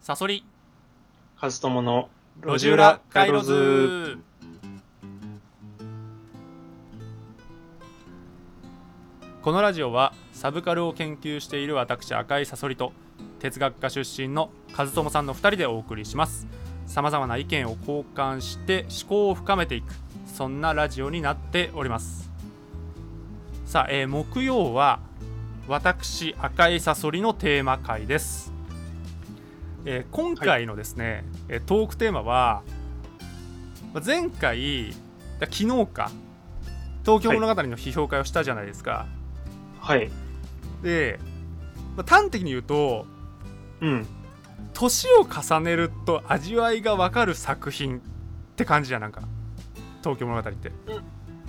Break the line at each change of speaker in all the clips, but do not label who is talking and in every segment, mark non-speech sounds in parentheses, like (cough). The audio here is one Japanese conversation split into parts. サソリ
カズトモの
路
路
地
地
裏
裏
街路
街路
図
図
このラジオはサブカルを研究している私赤井さそりと哲学科出身の和友さんの2人でお送りしますさまざまな意見を交換して思考を深めていくそんなラジオになっておりますさあ、えー木曜は私赤井さそりのテーマ会です、えー今回のですね、えートークテーマはまあ前回だ昨日か東京物語の批評会をしたじゃないですか、
はい。
で、まあ端的に言うと
うん。
年を重ねると味わいが分かる作品って感じじゃんなんか東京物語って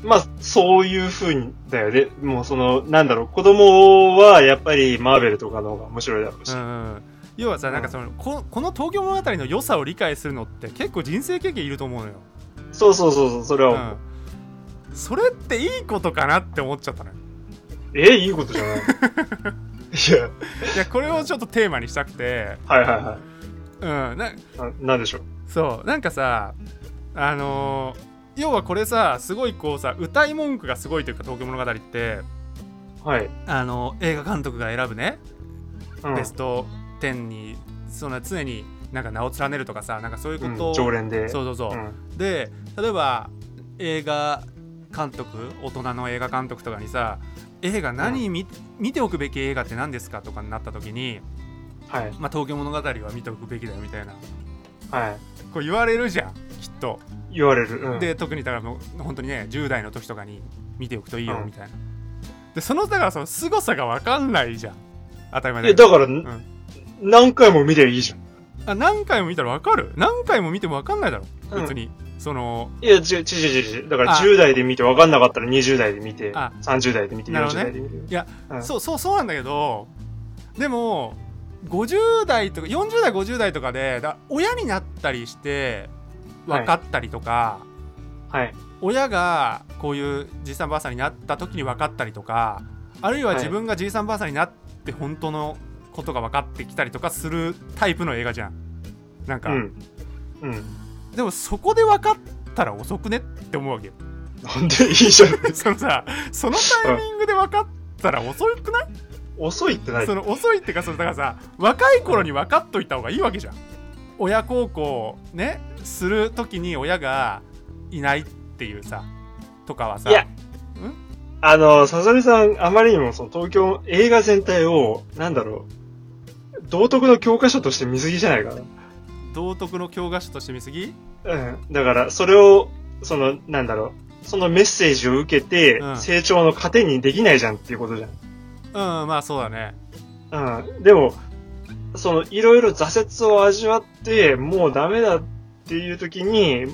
まあ、そういう風に、だよね。もうその、なんだろう、子供はやっぱりマーベルとかの方が面白いだろうし。
う
うん。
ん要はさなんかそのここの東京物語の良さを理解するのって結構人生経験いると思うのよ、
そうそうそうそう、それは思う。
うん、それっていいことかなって思っちゃったのよ
え、いいことじゃない (laughs) いや、
いやこれをちょっとテーマにしたくて
はいはいは。
うんない
ななんでしょう。
そうなんかさあのー要はこれさすごいこうさ歌い文句がすごいというか東京物語って
はい。
あの映画監督が選ぶね、
うん
ベスト10にそんな常になんか名を連ねるとかさなんかそういうこ
うん
とを、
常連で。
そうそうそう、
うん。
で例えば映画監督大人の映画監督とかにさ映画何見,、見ておくべき映画って何ですかとかになった時に、
はい。
まあ、東京物語は見ておくべきだよみたいな
は
こう言われるじゃんきっと、
い。言われる。うん。
で特にだからもう本当にね10代の時とかに見ておくといいよ
うん
みたいな、でそのだからその凄さが分かんないじゃん当たり前だ
え、
けど
だから、何回も見りゃいいじゃん。
あ何回も見たら分かる何回も見ても分かんないだろ
うん
別に、その
いや、違う違う違う違う。だから
あ
10代で見て分かんなかったら20代で見て、
あ
30代で見て、
なるほ
40
どね
代で見て。
いや、
うん
そうそうそうなんだけどでも50代とか40代50代とかでだ親になったりして分かったりとか、
はい。
親がこういうじいさんばあさんになった時に分かったりとかあるいは
はい
自分がじいさんばあさんになって本当のことが分かってきたりとかするタイプの映画じゃんなん
う
か、
ん。うん。
でもそこで分かったら遅くねって思うわけよ (laughs)
なんでいいじゃん。 (laughs)
そのさそのタイミングで分かったら遅くない、
遅いって何
その遅いってかそのだからさ若い頃に分かっといた方がいいわけじゃん親孝行ねする時に親がいないっていうさとかはさ
いやあの、さそりさん、あまりにもその東京、映画全体を、なんだろう、道徳の教科書として見すぎじゃないか
道徳の教科書として見すぎ
な。うん。だから、それを、その、なんだろう、そのメッセージを受けて
う、ん
成長の糧にできないじゃんっていうことじゃん。
うんまあそうだね
うん、でも、その、いろいろ挫折を味わって、もうダメだっていう時に、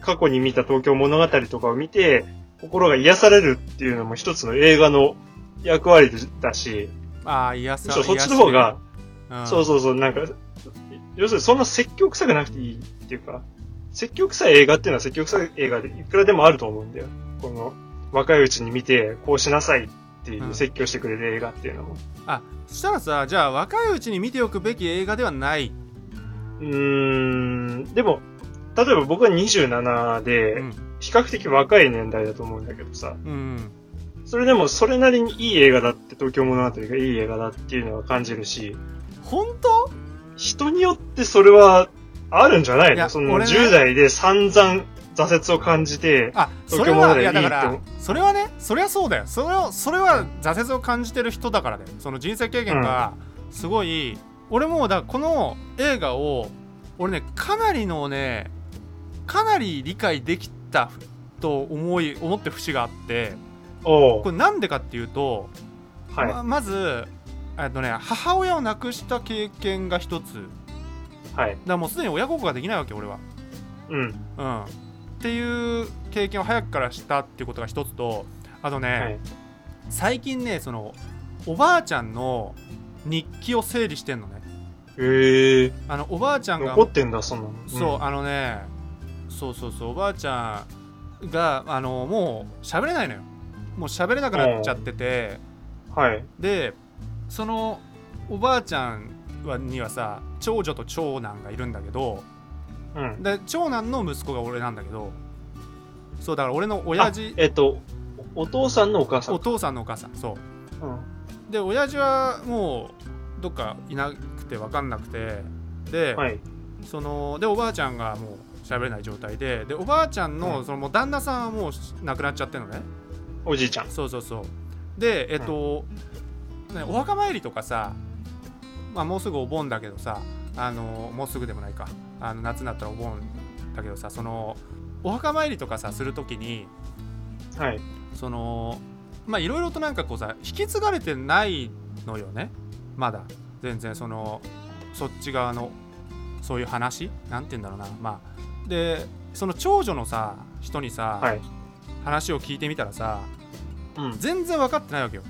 過去に見た東京物語とかを見て、心が癒されるっていうのも一つの映画の役割だし、
ああ癒やさ
そうそっちの方が、、
癒やしねうん、
そうそうそう、なんか、要するにそんな説教臭くなくていいっていうか、説教臭い映画っていうのは説教臭い映画でいくらでもあると思うんだよ。この、若いうちに見て、こうしなさいっていう説教してくれる映画っていうのも。
あそしたらさじゃあ若いうちに見ておくべき映画ではないう
ーんでも、例えば僕は27
う
で、
ん
比較的若い年代だと思うんだけどさ、
うん
それでもそれなりにいい映画だって、東京物語がいい映画だっていうのは感じるし、
本当
人によってそれはあるんじゃない
い
の
や
その
俺ね
10代で散々挫折を感じて、
あそ
東
れ
京物語
はい
い
やだか
って
ら
思
それはねそりゃそうだよそれをそれは挫折を感じてる人だからだよその人生経験がすごい、俺もうだこの映画を俺ねかなりのねかなり理解できたと思い思って節があって
おう
これなんでかっていうと
はい、
ままずえっとね母親を亡くした経験が一つだか
はい、
らもうすでに親孝行ができないわけ俺は、
うん、
うん、っていう経験を早くからしたっていうことが一つとあとね、
はい。
最近ねそのおばあちゃんの日記を整理してんのね
へえ、
あのおばあちゃんが
残ってんだ、そんなの。
そう、あのねそうそうそうおばあちゃんがあのもう喋れないのよもう喋れなくなっちゃってて、
うん。はい、
でそのおばあちゃんはにはさ長女と長男がいるんだけど
うん。
で長男の息子が俺なんだけどそうだから俺の親父
あえっと、お父さんのお母さん。
お父さんのお母さんそう
うん。
で親父はもうどっかいなくて分かんなくてで、
はい。
そのでおばあちゃんがもう喋れない状態ででおばあちゃんの,、
うん
そのもう旦那さんはもう亡くなっちゃってるのね
おじいちゃん。
そうそうそうでえっと、ね、お墓参りとかさ、まあ、もうすぐお盆だけどさあのもうすぐでもないかあの夏になったらお盆だけどさそのお墓参りとかさする時に
はい。
そのまあいろいろとなんかこうさ引き継がれてないのよねまだ全然そのそっち側のそういう話なんて言うんだろうなまあでその長女のさ人にさ、
はい。
話を聞いてみたらさ
うん。
全然分かってないわけよ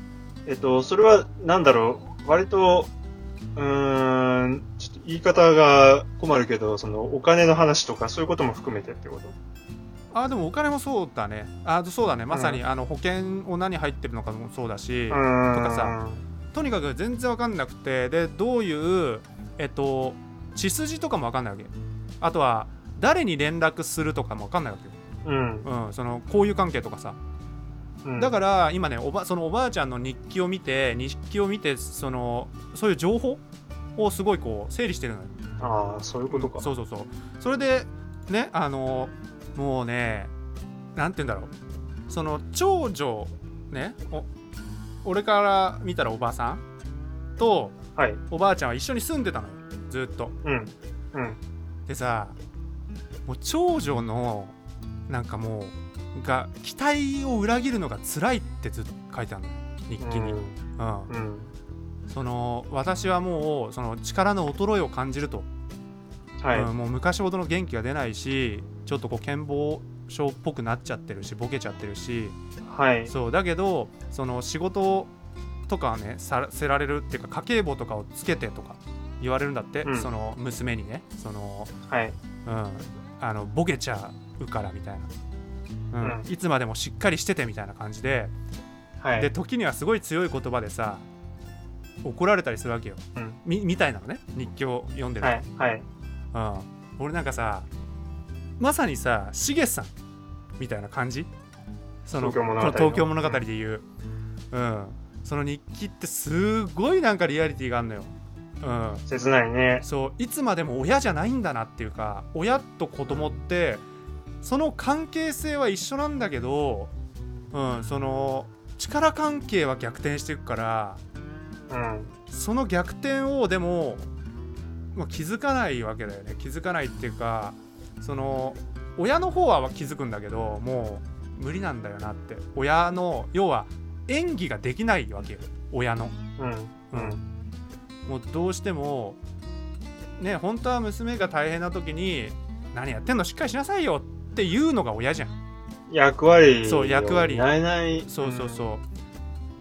えっと、それは、なんだろう。割と、うーん、ちょっと言い方が困るけど、その、お金の話とか、そういうことも含めてってこと
あでもお金もそうだねあそうだねまさに、あの保険を何入ってるのかもそうだし、
うーん。
とかさとにかく全然分かんなくてでどういうえっと血筋とかも分かんないわけあとは誰に連絡するとかも分かんないわけよ
うん。
うん、その交友関係とかさ、
うん。
だから今ねおばそのおばあちゃんの日記を見て日記を見てそのそういう情報をすごいこう整理してるのよ
ら、ああ、そういうことか。
そうそうそうそれでねあのもうねなんて言うんだろうその長女ねお俺から見たらおばさんと
はい。
おばあちゃんは一緒に住んでたのよずっと
うん。うん。
でさもう長女のなんかもうが期待を裏切るのが辛いってずっと書いてあるのよ日記に、
う
うんん。
うん。
その私はもうその力の衰えを感じると、
はい。
うんもう昔ほどの元気が出ないしちょっとこう健忘症っぽくなっちゃってるしボケちゃってるし
はい。
そうだけどその仕事とかはねさせられるっていうか家計簿とかをつけてとか言われるんだって、
うん
その娘にねその
はい。
うん、あのボケちゃうからみたいな、うん
うん
いつまでもしっかりしててみたいな感じで、
はい。
で時にはすごい強い言葉でさ怒られたりするわけよ、
うん
みみたいなのね日記を読んでる、
はい。はい。
うん、俺なんかさまさにさしげさんみたいな感じその
東京物語の
この東京物語で言う、うんその日記ってすごいなんかリアリティがあるのよ、うん、
切ないね。
そういつまでも親じゃないんだなっていうか親と子供ってその関係性は一緒なんだけど、うん、その力関係は逆転していくから
うん。
その逆転をでも、まあ気づかないわけだよね気づかないっていうかその親の方は気づくんだけどもう無理なんだよなって親の要は演技ができないわけよ親の。
うん。うん。
もうどうしてもね本当は娘が大変な時に「何やってんのしっかりしなさいよ」って言うのが親じゃん
役割。
そう役割
ないない。
そうそうそ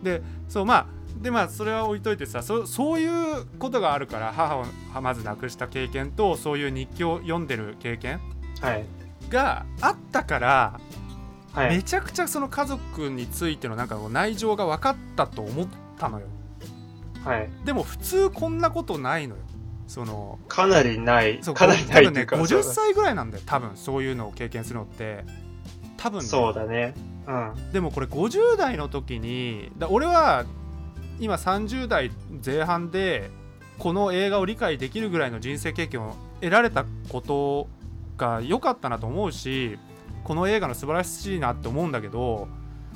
う、でそうまあでまあそれは置いといてさそそういうことがあるから母をはまず亡くした経験とそういう日記を読んでる経験
うん。はい。
があったから、
は
め
い。
ちゃくちゃその家族についてのなんかこう内情が分かったと思ったのよ
はい。
でも普通こんなことないのよその
かなりない。
そう
かなりないっていうか。
多分ね50
そう
歳ぐらいなんだよ多分そういうのを経験するのって多分
だ
ね
そうだね。うん。
でもこれ50代の時にだ俺は今30代前半でこの映画を理解できるぐらいの人生経験を得られたことが良かったなと思うしこの映画の素晴らしいなって思うんだけど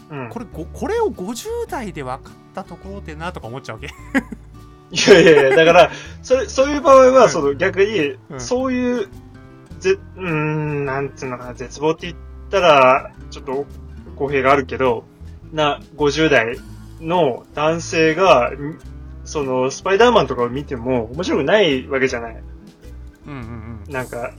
うん。
これごこれを50代で分かったところでなとか思っちゃうわけ
いやいやいや、だから、 (laughs) それ、そういう場合
う
は、
ん
その逆に、
うん
そういう、ぜ、うーん、なんつうのかな、絶望って言ったら、ちょっと公平があるけど、な、50代の男性が、んその、スパイダーマンとかを見ても面白くないわけじゃない。
うんうん
なんか、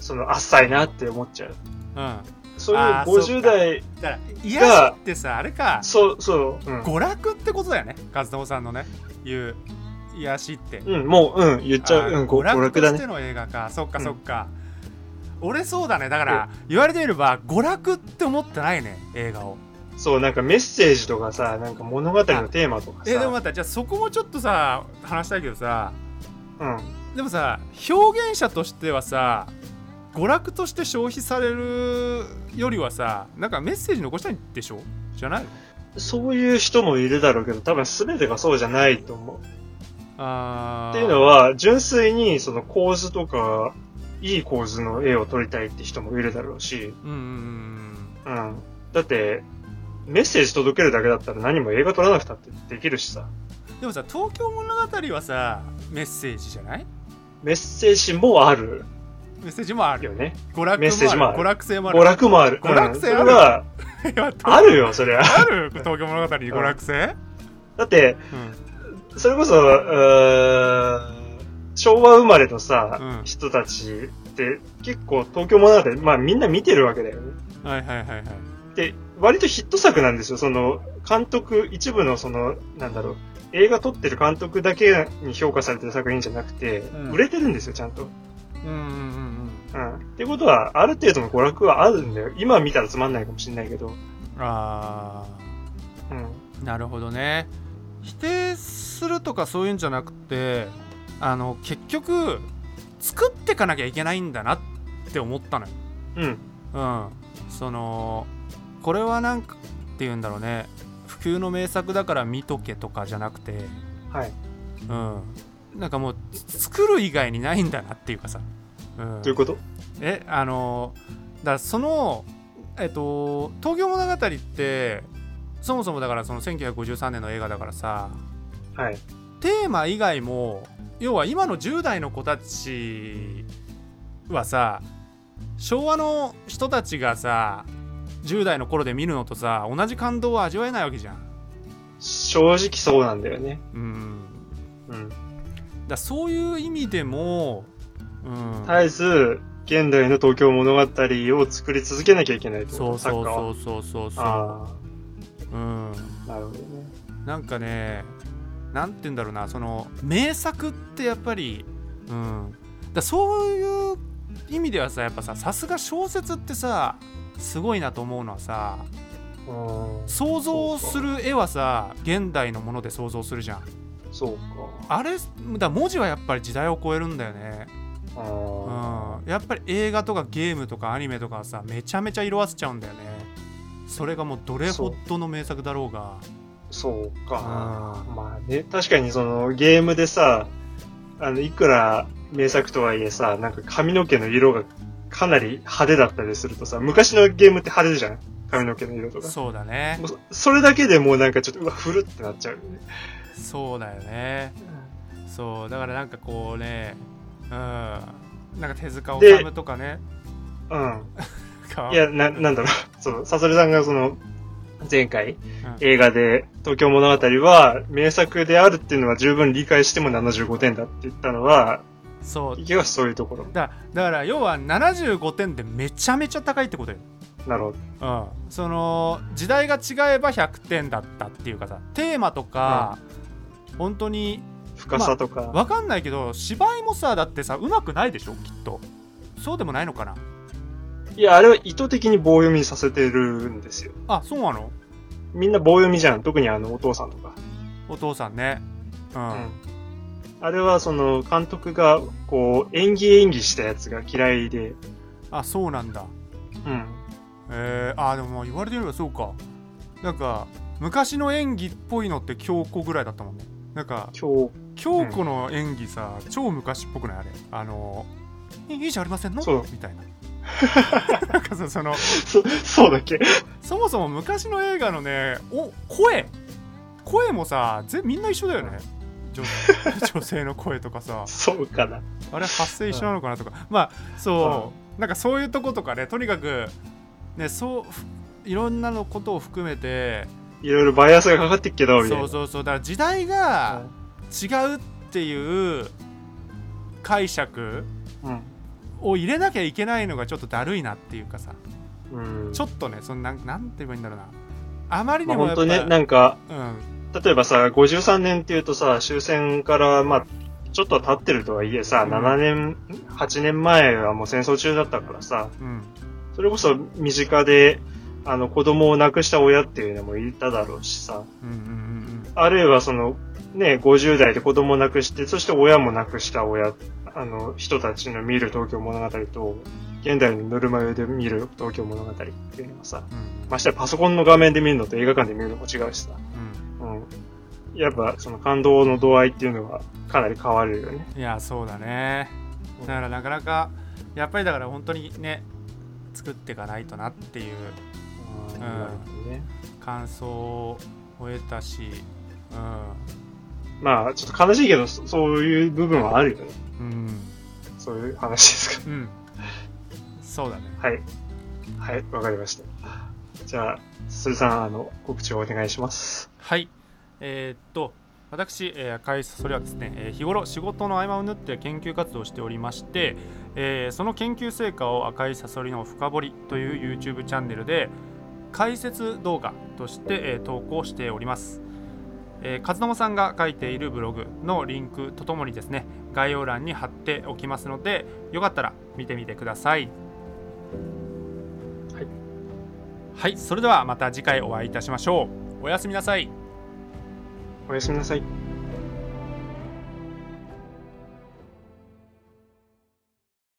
その、あっさいなって思っちゃう。
うんうん
そういう
あーそう
50
か
代、
だから癒しってさあれか
そう、そう、うん
娯楽ってことだよね和友さんのね言う癒しって、
うん、もう、うん、言っちゃう、
あ
う
ー
ん、ご娯楽
と
だ
して
ね。
の映画かそっかそっか、俺そうだねだから言われてみれば娯楽って思ってないね映画を
そう、なんかメッセージとかさ、なんか物語のテーマとかさ。
えでもまたじゃあそこもちょっとさ話したいけどさ
うん。
でもさ表現者としてはさ娯楽として消費されるよりはさなんかメッセージ残したいんでしょじゃないの
そういう人もいるだろうけど、多分全てがそうじゃないと思う。
あー
っていうのは、純粋にその構図とか、いい構図の絵を撮りたいって人もいるだろうし、
うんうんうん
うん。だって、メッセージ届けるだけだったら何も映画撮らなくたってできるしさ。
うんでもさ東京物語はさメッセージじゃない
メッセージもある
メッセージもあるよ
よね。
娯楽
メッセージも
もあ
あ
る娯
る
楽性もある
娯
(laughs)
楽もある。
娯楽性ある
うんそれは、
いやと
あるよ、そりゃ。
ある東京物語に娯楽性
だって、
うん
それこそ、うーん昭和生まれのさ、
うん
人たちって結構東京物語、まあみんな見てるわけだよね。
はいはいはいはい
で、割とヒット作なんですよ。その、監督、一部のその、なんだろう、映画撮ってる監督だけに評価されてる作品じゃなくて、
うん
売れてるんですよ、ちゃんと。
うんうんうん
うん。ってことは、ある程度の娯楽はあるんだよ。今見たらつまんないかもしれないけど。
うんああ
うん。
なるほどね否定するとかそういうんじゃなくてあの結局作ってかなきゃいけないんだなって思ったのよ
うん。
うんそのこれはなんかっていうんだろうね普及の名作だから見とけとかじゃなくて
はい。
うんなんかもうつ作る以外にないんだなっていうかさ、うん
ということ
えあのだからそのえっと「東京物語」ってそもそもだからその1953年の映画だからさ
はい。
テーマ以外も要は今の10代の子たちはさ昭和の人たちがさ10代の頃で見るのとさ同じ感動は味わえないわけじゃん。
正直そうなんだよね。
うん、
うん。
だからそういう意味でも、うん、
絶えず、現代の東京物語を作り続けなきゃいけないってこ
そ
と
うそうそ
作
うそうそう
家
そ
は。あ
う。うん
あ、なるほどね。
なんかね、なんて言うんだろうな、その名作ってやっぱり、うん、だそういう意味ではさ、やっぱさ、さすが小説ってさ、すごいなと思うのはさ、
うん。
想像する絵はさ、現代のもので想像するじゃん。
そうか。
あれ、だ文字はやっぱり時代を超えるんだよね。
あ
う
あ。
ん、やっぱり映画とかゲームとかアニメとかはさ、めちゃめちゃ色あせちゃうんだよね。それがもうどれほどの名作だろうが。
そう
うん
か。まあね、確かにそのゲームでさ、あの、いくら名作とはいえさ、なんか髪の毛の色がかなり派手だったりするとさ、昔のゲームって派手じゃん髪の毛の色とか。
そうだね
も。うそそれだけでもうなんかちょっと、うわ、ふるってなっちゃうよね。
そうだよね。そうだからなんかこうねうんなんか手塚治虫とかね
うん。
か
いや、な、なんだろう、 (laughs) その、サソリさんがその、前回
うん
映画で東京物語は名作であるっていうのは十分理解しても75点だって言ったのは、
そう
結局はそういうところ。
だだから要は75点でめちゃめちゃ高いってことよ、
なるほど。
うん、その時代が違えば100点だったっていうかさテーマとか、本当に
深さとか。
分かんないけど芝居もさだってさうまくないでしょきっとそうでもないのかない
や、あれは意図的に棒読みさせてるんですよ。
あそうなの
みんな棒読みじゃん。特にあの、お父さんとか。
お父さんねうん、
うんあれはその、監督が、こう、演技演技したやつが嫌いで、
あそうなんだ
うん。
えー、あーでももう言われてみればそうかなんか昔の演技っぽいのって京子ぐらいだったもんねなんか
今
京子の演技さ、超昔っぽくないあれあのいいいじゃありませんの
そう
みたいな (laughs) なんかそその
日、そ、 (laughs) そうだっけ (laughs)
そもそも昔の映画のねお声声もさぜみんな一緒だよね女女 (laughs) 性の声とかさ
そうかな。
あれ発声一緒なのかなとか、まあそう、なんかそういうとことかねとにかくねそうふいろんなのことを含めて
いろいろバイアスがかかってっけど、みたい
そ
な。
うそうそうだから時代が違うっていう解釈
うん。
を入れなきゃいけないのがちょっとだるいなっていうかさ
うん。
ちょっとねそのなんなんて言えばいいんだろうなあまり
ま
に
あ、
も
本
やっぱ、
当ね、なんか、
うん
例えばさ、53年っていうとさ、終戦から、まあ、ちょっとは経ってるとはいえさ、
うん
7年、8年前はもう戦争中だったからさ、
うん
それこそ身近で、あの、子供を亡くした親っていうのもいただろうしさ、
うんうんうんうん
あるいはその、ね、50代で子供亡くして、そして親も亡くした親、あの、人たちの見る東京物語と、現代のぬるま湯で見る東京物語っていうのはさ、
うん
ましてやパソコンの画面で見るのと映画館で見るのも違うしさ、
うん
うん。やっぱ、その感動の度合いっていうのはかなり変わるよね。
いやそうだねだからなかなかやっぱりだから本当にね作っていかないとなっていう
うんなるほどね。
感想を得たし
まあ、ちょっと悲しいけど、そそういう部分はあるよね。
うんうん
そういう話です
う
か。 (laughs)
んそうだね
はい。はい、わかりました。じゃあ、鈴さん、あの、告知をお願いします。
はい。えーっと、私、えー赤いそれはですね、えー日頃仕事の合間を縫って研究活動をしておりまして、えーその研究成果を赤いサソリの深掘りという YouTube チャンネルで解説動画として、えー投稿しております。えー、和友さんが書いているブログのリンクとともにですね概要欄に貼っておきますのでよかったら見てみてください
はい、
はい、それではまた次回お会いいたしましょうおやすみなさい
おやすみなさい。